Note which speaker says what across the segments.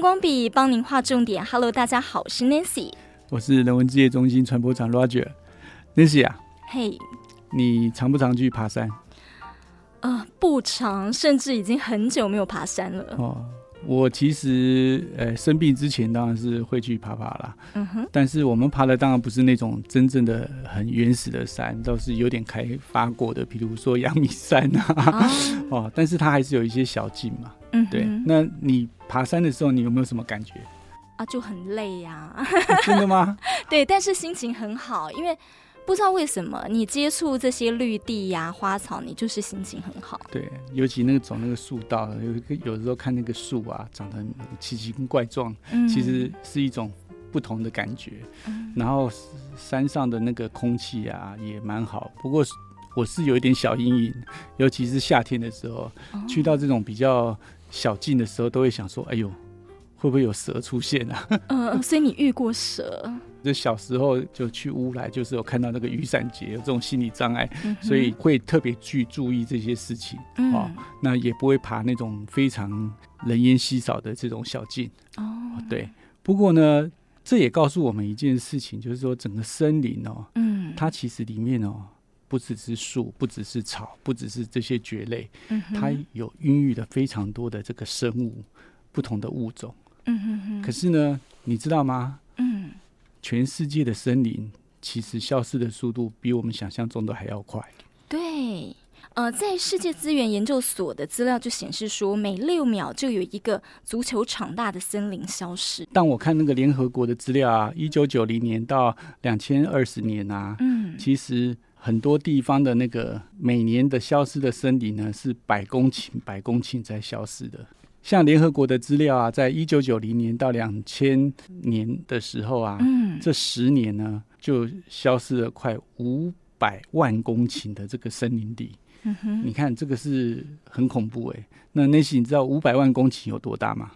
Speaker 1: 光笔帮您画重点。Hello，大家好，我是 Nancy。
Speaker 2: 我是人文置业中心传播长 Roger。Nancy 啊，
Speaker 1: 嘿、
Speaker 2: 你常不常去爬山？
Speaker 1: 呃，不长，甚至已经很久没有爬山 了。
Speaker 2: 哦，我其实呃生病之前当然是会去爬爬啦，
Speaker 1: 嗯哼，
Speaker 2: 但是我们爬的当然不是那种真正的很原始的山，倒是有点开发过的，比如说阳明山 啊，
Speaker 1: 啊，
Speaker 2: 哦，但是它还是有一些小径嘛。
Speaker 1: 嗯哼，
Speaker 2: 对，那你爬山的时候，你有没有什么感觉？
Speaker 1: 啊，就很累呀、
Speaker 2: 真的吗？
Speaker 1: 对，但是心情很好，因为不知道为什么，你接触这些绿地呀、花草，你就是心情很好。
Speaker 2: 对，尤其那个走那个树道，有一个有时候看那个树啊，长得很奇形怪状，
Speaker 1: 嗯，
Speaker 2: 其实是一种不同的感觉。
Speaker 1: 嗯，
Speaker 2: 然后山上的那个空气啊也蛮好，不过是我是有一点小阴影，尤其是夏天的时候，
Speaker 1: 哦
Speaker 2: 去到这种比较小径的时候，都会想说，哎呦，会不会有蛇出现啊？
Speaker 1: 呃，所以你遇过蛇，
Speaker 2: 就小时候就去乌来，就是有看到那个雨伞节，有这种心理障碍，
Speaker 1: 嗯哼
Speaker 2: 所以会特别去注意这些事情。
Speaker 1: 嗯
Speaker 2: 哦那也不会爬那种非常人烟稀少的这种小径。
Speaker 1: 哦，
Speaker 2: 对，不过呢，这也告诉我们一件事情，就是说整个森林哦，
Speaker 1: 嗯，
Speaker 2: 它其实里面哦，不只是树，不只是草，不只是这些蕨类，
Speaker 1: 嗯哼
Speaker 2: 它有孕育了非常多的这个生物，不同的物种。
Speaker 1: 嗯哼哼，
Speaker 2: 可是呢，你知道吗？
Speaker 1: 嗯，
Speaker 2: 全世界的森林其实消失的速度比我们想象中的还要快。
Speaker 1: 对。呃，在世界资源研究所的资料就显示说，每六秒就有一个足球场大的森林消失。
Speaker 2: 但我看那个联合国的资料啊，一九九零年到两千二十年啊，
Speaker 1: 嗯，
Speaker 2: 其实很多地方的那个每年的消失的森林呢，是百公顷、百公顷在消失的。像联合国的资料啊，在一九九零年到两千年的时候啊，
Speaker 1: 嗯，
Speaker 2: 这十年呢就消失了快五百万公顷的这个森林地。
Speaker 1: 嗯哼，
Speaker 2: 你看这个是很恐怖诶、那那些你知道五百万公顷有多大吗？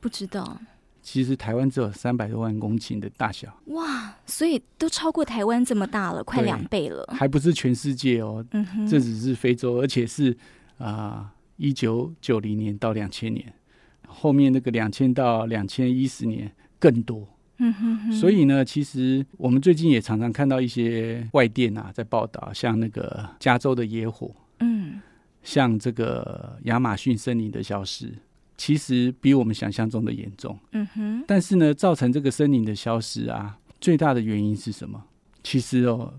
Speaker 1: 不知道
Speaker 2: 其实台湾只有三百多万公顷的大小，
Speaker 1: 哦哇，所以都超过台湾这么大了，快
Speaker 2: 对
Speaker 1: 两倍了。
Speaker 2: 还不是全世界哦。
Speaker 1: 嗯哼，
Speaker 2: 这只是非洲，而且是啊，一九九零年到两千年，后面那个两千到两千一十年更多。
Speaker 1: 嗯哼哼，
Speaker 2: 所以呢，其实我们最近也常常看到一些外电啊在报道，像那个加州的野火，
Speaker 1: 嗯，
Speaker 2: 像这个亚马逊森林的消失，其实比我们想象中的严重。
Speaker 1: 嗯哼，
Speaker 2: 但是呢，造成这个森林的消失啊，最大的原因是什么？其实哦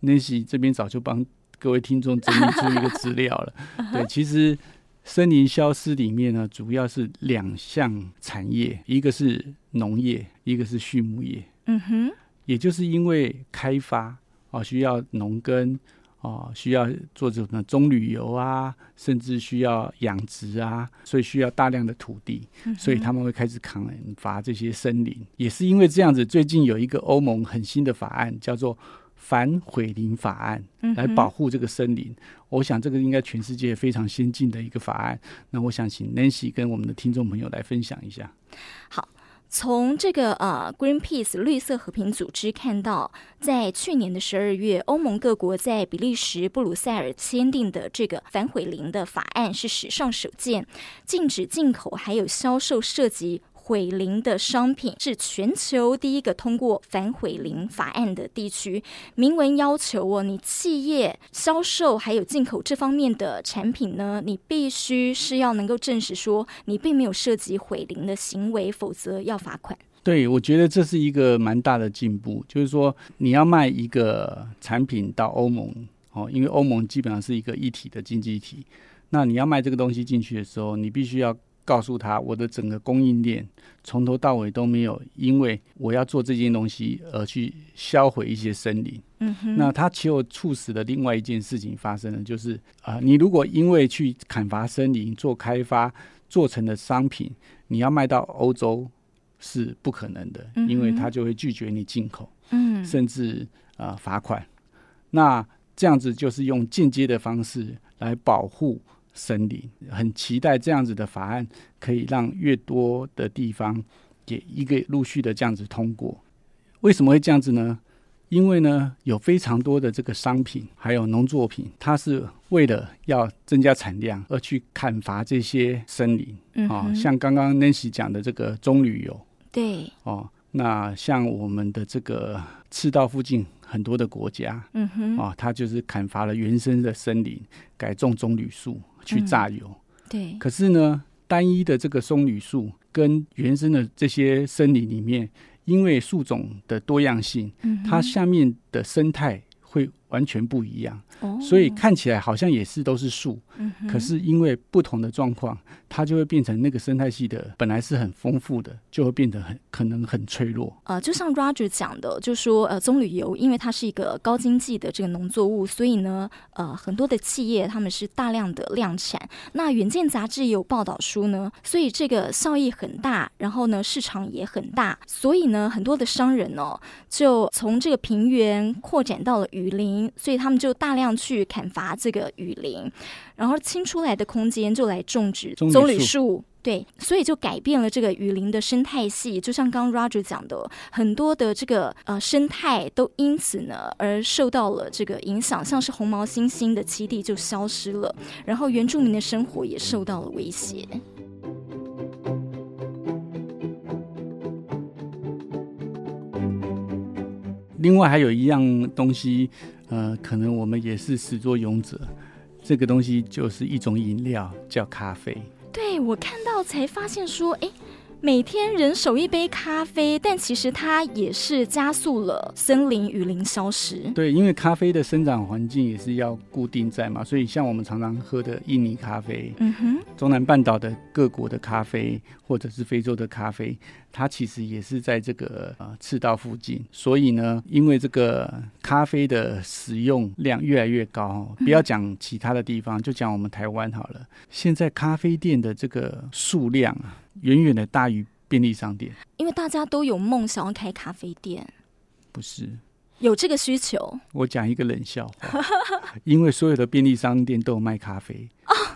Speaker 2: ，Nancy 这边早就帮各位听众整理出一个资料了。对，其实森林消失里面呢，主要是两项产业，一个是农业，一个是畜牧业。
Speaker 1: 嗯哼，
Speaker 2: 也就是因为开发啊、哦需要农耕啊、哦需要做这种棕榈油啊，甚至需要养殖啊，所以需要大量的土地，
Speaker 1: 嗯哼
Speaker 2: 所以他们会开始砍伐这些森林。也是因为这样子，最近有一个欧盟很新的法案，叫做。反毁林法案
Speaker 1: 嗯
Speaker 2: 来保护这个森林，我想这个应该全世界非常先进的一个法案。那我想请 Nancy 跟我们的听众朋友来分享一下。
Speaker 1: 从这个呃 Greenpeace 绿色和平组织看到，在去年的十二月，欧盟各国在比利时布鲁塞尔签订的这个反毁林的法案是史上首见，禁止进口还有销售涉及。毁林的商品是全球第一个通过反毁林法案的地区，明文要求哦，你企业销售还有进口这方面的产品呢，你必须是要能够证实说你并没有涉及毁林的行为，否则要罚款。
Speaker 2: 对，我觉得这是一个蛮大的进步，就是说你要卖一个产品到欧盟哦，因为欧盟基本上是一个一体的经济体，那你要卖这个东西进去的时候，你必须要告诉他我的整个供应链从头到尾都没有因为我要做这件东西而去销毁一些森林。
Speaker 1: 嗯哼，
Speaker 2: 那它其实有促使了另外一件事情发生了，就是啊、你如果因为去砍伐森林做开发做成的商品，你要卖到欧洲是不可能的，
Speaker 1: 嗯哼
Speaker 2: 因为它就会拒绝你进口，
Speaker 1: 嗯
Speaker 2: 甚至啊、罚款。那这样子就是用间接的方式来保护森林，很期待这样子的法案可以让越多的地方也一个陆续的这样子通过。为什么会这样子呢？因为呢，有非常多的这个商品，还有农作品，它是为了要增加产量而去砍伐这些森林
Speaker 1: 嗯
Speaker 2: 啊、
Speaker 1: 哼，
Speaker 2: 像刚刚 Nancy 讲的这个棕榈油
Speaker 1: 对，
Speaker 2: 哦，那像我们的这个赤道附近很多的国家
Speaker 1: 嗯哼，
Speaker 2: 啊，它就是砍伐了原生的森林，改种棕榈树
Speaker 1: 嗯
Speaker 2: 去榨油。
Speaker 1: 对，
Speaker 2: 可是呢，单一的这个棕榈树跟原生的这些森林里面，因为树种的多样性，
Speaker 1: 嗯
Speaker 2: 它
Speaker 1: 哼
Speaker 2: 下面的生态会完全不一样，
Speaker 1: 哦
Speaker 2: 所以看起来好像也是都是树，
Speaker 1: 嗯哼
Speaker 2: 可是因为不同的状况，它就会变成那个生态系的本来是很丰富的，就会变得很可能很脆弱。
Speaker 1: 呃，就像 Roger 讲的，就说呃，棕榈油因为它是一个高经济的这个农作物，所以呢，呃，很多的企业他们是大量的量产。那《远见》杂志也有报道说呢，所以这个效益很大，然后呢，市场也很大，所以呢，很多的商人哦，就从这个平原扩展到了雨林，所以他们就大量去砍伐这个雨林，然后清出来的空间就来种植
Speaker 2: 棕榈
Speaker 1: 棕榈
Speaker 2: 树
Speaker 1: 树。对，所以就改变了这个雨林的生态系，就像刚刚 Roger 讲的，很多的这个呃生态都因此呢而受到了这个影响，像是红毛猩猩的栖地就消失了，然后原住民的生活也受到了威胁。
Speaker 2: 另外还有一样东西，呃，可能我们也是始作俑者。这个东西就是一种饮料，叫咖啡。
Speaker 1: 对我看到才发现说，哎。每天人手一杯咖啡，但其实它也是加速了森林雨林消失。
Speaker 2: 对，因为咖啡的生长环境也是要固定在嘛，所以像我们常常喝的印尼咖啡、
Speaker 1: 嗯哼，
Speaker 2: 中南半岛的各国的咖啡，或者是非洲的咖啡，它其实也是在这个呃赤道附近。所以呢，因为这个咖啡的使用量越来越高哦，不要讲其他的地方，就讲我们台湾好了。现在咖啡店的这个数量啊，远远的大于便利商店，
Speaker 1: 因为大家都有梦想要开咖啡店，
Speaker 2: 不是？
Speaker 1: 有这个需求。
Speaker 2: 我讲一个冷笑话，因为所有的便利商店都有卖咖啡，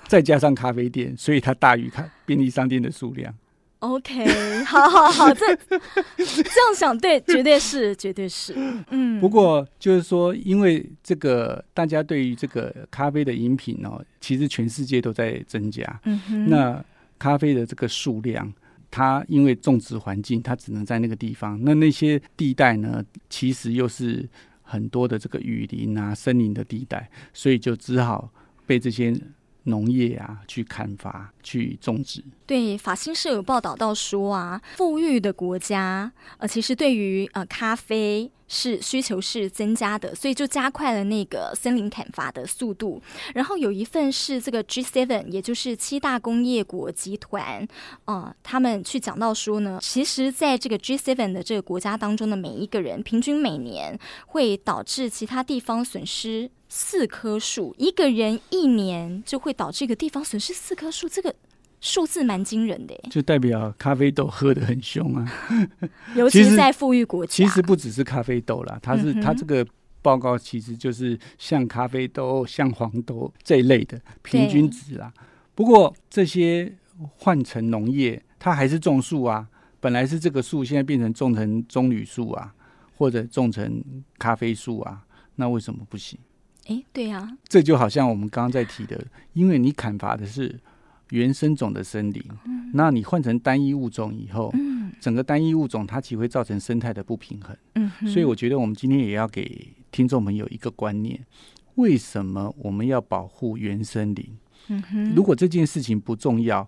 Speaker 2: 再加上咖啡店，所以它大于咖便利商店的数量。
Speaker 1: OK，好 好好，这这样想对，绝对是，绝对是。嗯，
Speaker 2: 不过就是说，因为这个大家对于这个咖啡的饮品哦，其实全世界都在增加。
Speaker 1: 嗯哼，
Speaker 2: 那咖啡的这个数量，它因为种植环境，它只能在那个地方。那那些地带呢，其实又是很多的这个雨林啊、森林的地带，所以就只好被这些农业啊去砍伐、去种植。
Speaker 1: 对，法新社有报道到说啊，富裕的国家，呃，其实对于呃咖啡是需求是增加的，所以就加快了那个森林砍伐的速度。然后有一份是这个 G7，也就是七大工业国集团，呃，他们去讲到说呢，其实在这个 G7 的这个国家当中的每一个人，平均每年会导致其他地方损失。四棵树，一个人一年就会导致一个地方损失四棵树，这个数字蛮惊人的耶，
Speaker 2: 就代表咖啡豆喝得很凶啊！
Speaker 1: 尤
Speaker 2: 其
Speaker 1: 其
Speaker 2: 实
Speaker 1: 在富裕国家。
Speaker 2: 其实不只是咖啡豆啦，它是、
Speaker 1: 嗯哼
Speaker 2: 它这个报告其实就是像咖啡豆、像黄豆这一类的平均值啦。不过这些换成农业，它还是种树啊，本来是这个树，现在变成种成棕榈树啊，或者种成咖啡树啊，那为什么不行？
Speaker 1: 哎，对呀、
Speaker 2: 这就好像我们刚刚在提的，因为你砍伐的是原生种的森林，那你换成单一物种以后，
Speaker 1: 嗯
Speaker 2: 整个单一物种它其实会造成生态的不平衡。
Speaker 1: 嗯哼，
Speaker 2: 所以我觉得我们今天也要给听众朋友一个观念：为什么我们要保护原生林？
Speaker 1: 嗯哼，
Speaker 2: 如果这件事情不重要，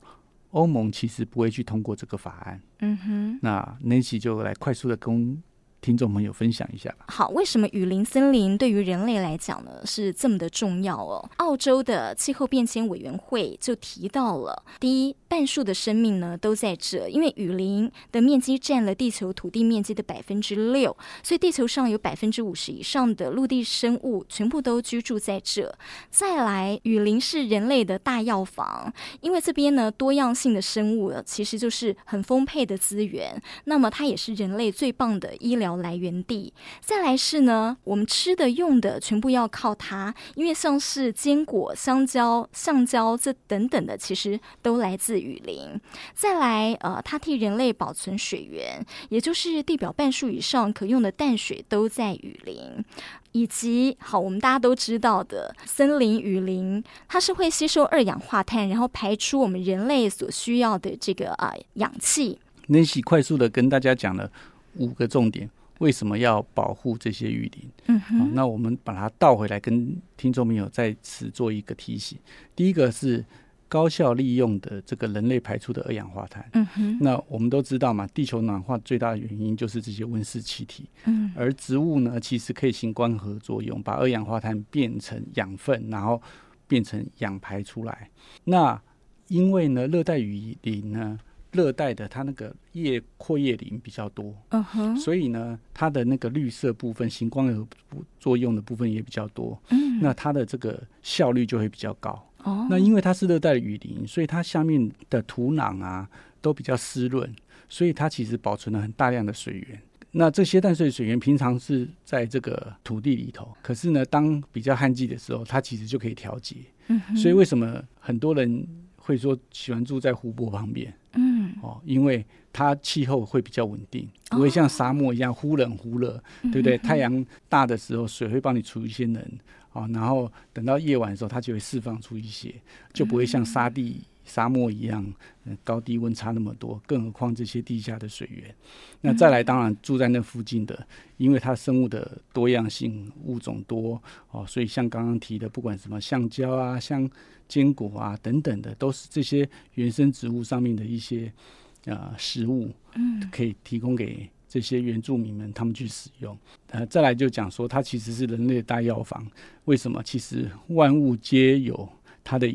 Speaker 2: 欧盟其实不会去通过这个法案。
Speaker 1: 嗯哼。
Speaker 2: 那 Nancy 就来快速的跟听众朋友分享一下吧。
Speaker 1: 好，为什么雨林森林对于人类来讲呢是这么的重要哦？澳洲的气候变迁委员会就提到了，第一，半数的生命呢都在这，因为雨林的面积占了地球土地面积的百分之六，所以地球上有百分之五十以上的陆地生物全部都居住在这。再来，雨林是人类的大药房，因为这边呢多样性的生物呃其实就是很丰沛的资源，那么它也是人类最棒的医疗。疗来源地。再来是呢，我们吃的用的全部要靠它，因为像是坚果、香蕉、橡胶这等等的，其实都来自雨林。再来，呃，它替人类保存水源，也就是地表半数以上可用的淡水都在雨林。以及好，我们大家都知道的森林、雨林，它是会吸收二氧化碳，然后排出我们人类所需要的这个啊、呃氧气。
Speaker 2: Nancy 快速的跟大家讲了五个重点，为什么要保护这些雨林？
Speaker 1: 嗯
Speaker 2: 好，那我们把它倒回来，跟听众朋友在此做一个提醒。第一个是高效利用的这个人类排出的二氧化碳。
Speaker 1: 嗯哼，
Speaker 2: 那我们都知道嘛，地球暖化最大的原因就是这些温室气体，
Speaker 1: 嗯
Speaker 2: 而植物呢，其实可以行光合作用，把二氧化碳变成养分，然后变成氧排出来。那因为呢，热带雨林呢，热带的它那个叶阔叶林比较多，
Speaker 1: 嗯哼，
Speaker 2: 所以呢，它的那个绿色部分、行光合作用的部分也比较多，
Speaker 1: 嗯，
Speaker 2: 那它的这个效率就会比较高。
Speaker 1: 哦，
Speaker 2: 那因为它是热带的雨林，所以它下面的土壤啊都比较湿润，所以它其实保存了很大量的水源。那这些淡水水源平常是在这个土地里头，可是呢，当比较旱季的时候，它其实就可以调节。
Speaker 1: 嗯哼
Speaker 2: 所以为什么很多人会说喜欢住在湖泊旁边？
Speaker 1: 嗯，
Speaker 2: 哦，因为它气候会比较稳定，不会像沙漠一样忽冷忽热，
Speaker 1: 嗯
Speaker 2: 对不对？太阳大的时候，水会帮你除一些能，哦，然后等到夜晚的时候，它就会释放出一些，就不会像沙地、沙漠一样、呃高低温差那么多。更何况这些地下的水源，那再来，当然住在那附近的，因为它生物的多样性、物种多哦，所以像刚刚提的，不管什么橡胶啊、像坚果啊等等的，都是这些原生植物上面的一些呃食物，嗯，可以提供给这些原住民们他们去使用。呃，再来就讲说，它其实是人类的大药房。为什么？其实万物皆有它的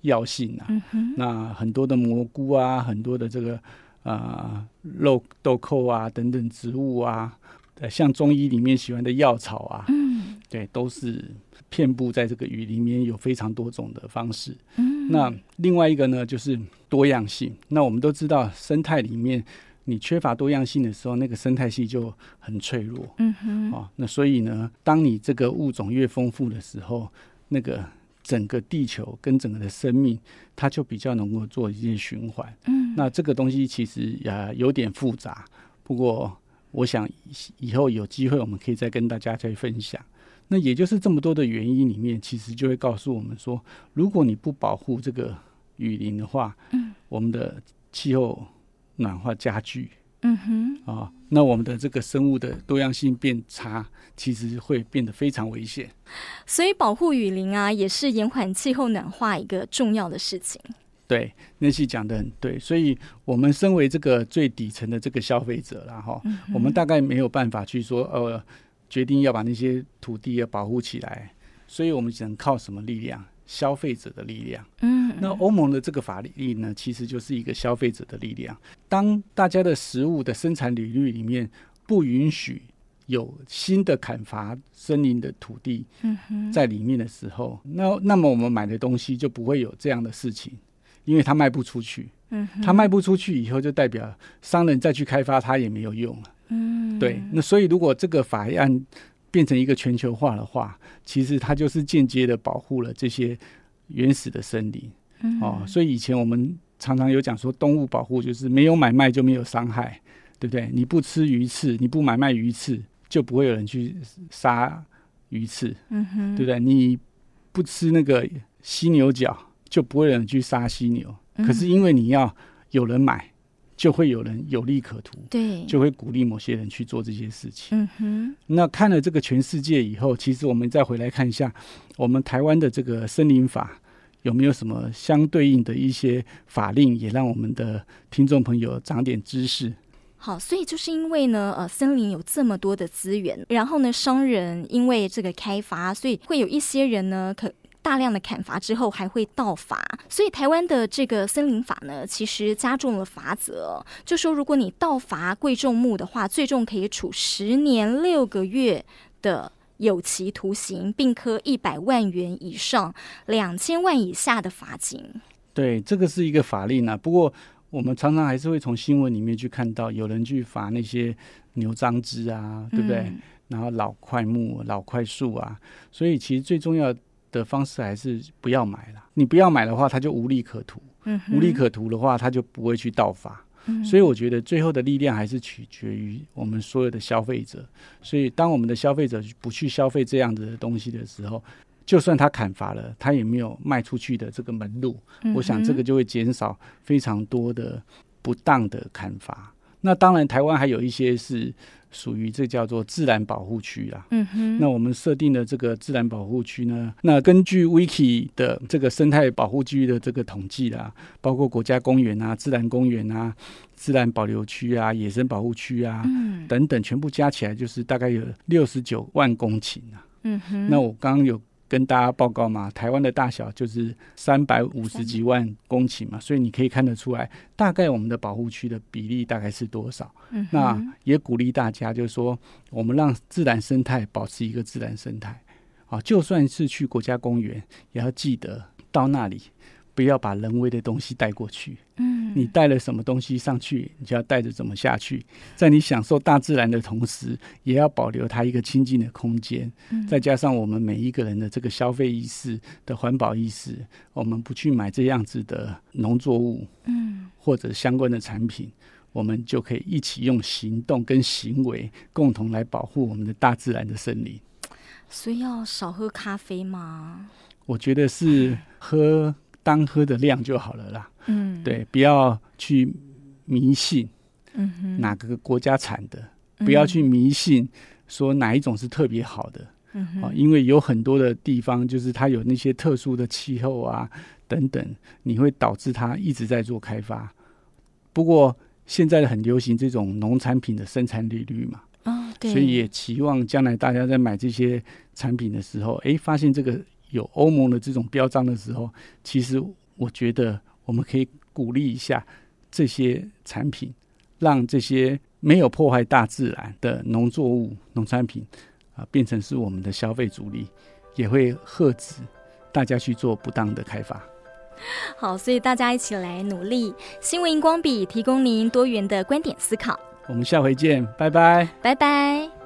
Speaker 2: 药性
Speaker 1: 嗯
Speaker 2: 啊。那很多的蘑菇啊，很多的这个呃肉豆蔻啊等等植物啊，呃，像中医里面喜欢的药草啊，
Speaker 1: 嗯
Speaker 2: 对，都是遍布在这个雨里面，有非常多种的方式。
Speaker 1: 嗯
Speaker 2: 那另外一个呢，就是多样性。那我们都知道，生态里面你缺乏多样性的时候，那个生态系就很脆弱
Speaker 1: 嗯哼，
Speaker 2: 哦。那所以呢，当你这个物种越丰富的时候，那个整个地球跟整个的生命，它就比较能够做一些循环。
Speaker 1: 嗯
Speaker 2: 那这个东西其实也有点复杂，不过我想以以后有机会我们可以再跟大家再分享。那也就是这么多的原因里面，其实就会告诉我们说，如果你不保护这个雨林的话，
Speaker 1: 嗯，
Speaker 2: 我们的气候暖化加剧
Speaker 1: 嗯哼，
Speaker 2: 啊、那我们的这个生物的多样性变差，其实会变得非常危险。
Speaker 1: 所以保护雨林啊，也是延缓气候暖化一个重要的事情。
Speaker 2: 对，那期讲的很对，所以我们身为这个最底层的这个消费者啦，哈、
Speaker 1: 嗯
Speaker 2: 我们大概没有办法去说，呃，决定要把那些土地要保护起来，所以我们只能靠什么力量？消费者的力量。
Speaker 1: 嗯
Speaker 2: 那欧盟的这个法律呢，其实就是一个消费者的力量。当大家的食物的生产履历里面不允许有新的砍伐森林的土地
Speaker 1: 嗯哼，
Speaker 2: 在里面的时候，那那么我们买的东西就不会有这样的事情，因为它卖不出去。
Speaker 1: 嗯哼，
Speaker 2: 它卖不出去以后，就代表商人再去开发它也没有用了。
Speaker 1: 嗯
Speaker 2: 对，那所以如果这个法案变成一个全球化的话，其实它就是间接的保护了这些原始的森林。
Speaker 1: 嗯
Speaker 2: 哦，所以以前我们常常有讲说，动物保护就是没有买卖就没有伤害，对不对？你不吃鱼刺，你不买卖鱼刺，就不会有人去杀鱼刺，
Speaker 1: 嗯哼，
Speaker 2: 对不对？你不吃那个犀牛角，就不会有人去杀犀牛。
Speaker 1: 嗯
Speaker 2: 可是因为你要有人买，就会有人有利可图，
Speaker 1: 对，
Speaker 2: 就会鼓励某些人去做这些事情。
Speaker 1: 嗯哼，
Speaker 2: 那看了这个全世界以后，其实我们再回来看一下我们台湾的这个森林法有没有什么相对应的一些法令，也让我们的听众朋友长点知识。
Speaker 1: 好，所以就是因为呢，呃，森林有这么多的资源，然后呢，商人因为这个开发，所以会有一些人呢，可。大量的砍伐之后还会盗伐，所以台湾的这个森林法呢，其实加重了罚则，就说如果你盗伐贵重木的话，最重可以处十年六个月的有期徒刑，并科一百万元以上两千万以下的罚金。
Speaker 2: 对，这个是一个法令啊。不过我们常常还是会从新闻里面去看到有人去罚那些牛樟芝啊，对不对？
Speaker 1: 嗯
Speaker 2: 然后老块木、老块树啊，所以其实最重要的方式还是不要买啦。你不要买的话，它就无利可图；
Speaker 1: 嗯哼，
Speaker 2: 无利可图的话，它就不会去盗伐。
Speaker 1: 嗯
Speaker 2: 所以我觉得最后的力量还是取决于我们所有的消费者。所以当我们的消费者不去消费这样子的东西的时候，就算他砍伐了，他也没有卖出去的这个门路。
Speaker 1: 嗯哼
Speaker 2: 我想这个就会减少非常多的不当的砍伐。那当然，台湾还有一些是属于这叫做自然保护区啦。
Speaker 1: 嗯哼，
Speaker 2: 那我们设定的这个自然保护区呢，那根据 Wiki 的这个生态保护区的这个统计啦，包括国家公园啊、自然公园啊、自然保留区啊、野生保护区啊。
Speaker 1: 嗯
Speaker 2: 等等，全部加起来就是大概有六十九万公顷啊。
Speaker 1: 嗯哼，
Speaker 2: 那我刚刚有跟大家报告嘛，台湾的大小就是三百五十几万公顷嘛，所以你可以看得出来，大概我们的保护区的比例大概是多少。
Speaker 1: 嗯哼
Speaker 2: 那也鼓励大家，就是说，我们让自然生态保持一个自然生态啊，就算是去国家公园，也要记得到那里不要把人为的东西带过去。
Speaker 1: 嗯
Speaker 2: 你带了什么东西上去，你就要带着怎么下去。在你享受大自然的同时，也要保留它一个清净的空间。
Speaker 1: 嗯
Speaker 2: 再加上我们每一个人的这个消费意识的环保意识，我们不去买这样子的农作物，
Speaker 1: 嗯
Speaker 2: 或者相关的产品，我们就可以一起用行动跟行为共同来保护我们的大自然的森林。
Speaker 1: 所以要少喝咖啡嘛，
Speaker 2: 我觉得是喝当喝的量就好了啦，
Speaker 1: 嗯，
Speaker 2: 对，不要去迷信
Speaker 1: 嗯哼，嗯
Speaker 2: 哪个国家产的，不要去迷信说哪一种是特别好的
Speaker 1: 嗯哼，
Speaker 2: 啊，因为有很多的地方就是它有那些特殊的气候啊等等，你会导致它一直在做开发。不过现在很流行这种农产品的生产利率嘛。
Speaker 1: 啊，对，
Speaker 2: 所以也期望将来大家在买这些产品的时候，诶，发现这个有欧盟的这种标章的时候，其实我觉得我们可以鼓励一下这些产品，让这些没有破坏大自然的农作物、农产品啊、变成是我们的消费主力，也会喝止大家去做不当的开发。
Speaker 1: 好，所以大家一起来努力。新闻荧光笔提供您多元的观点思考，
Speaker 2: 我们下回见，拜拜。
Speaker 1: 拜拜。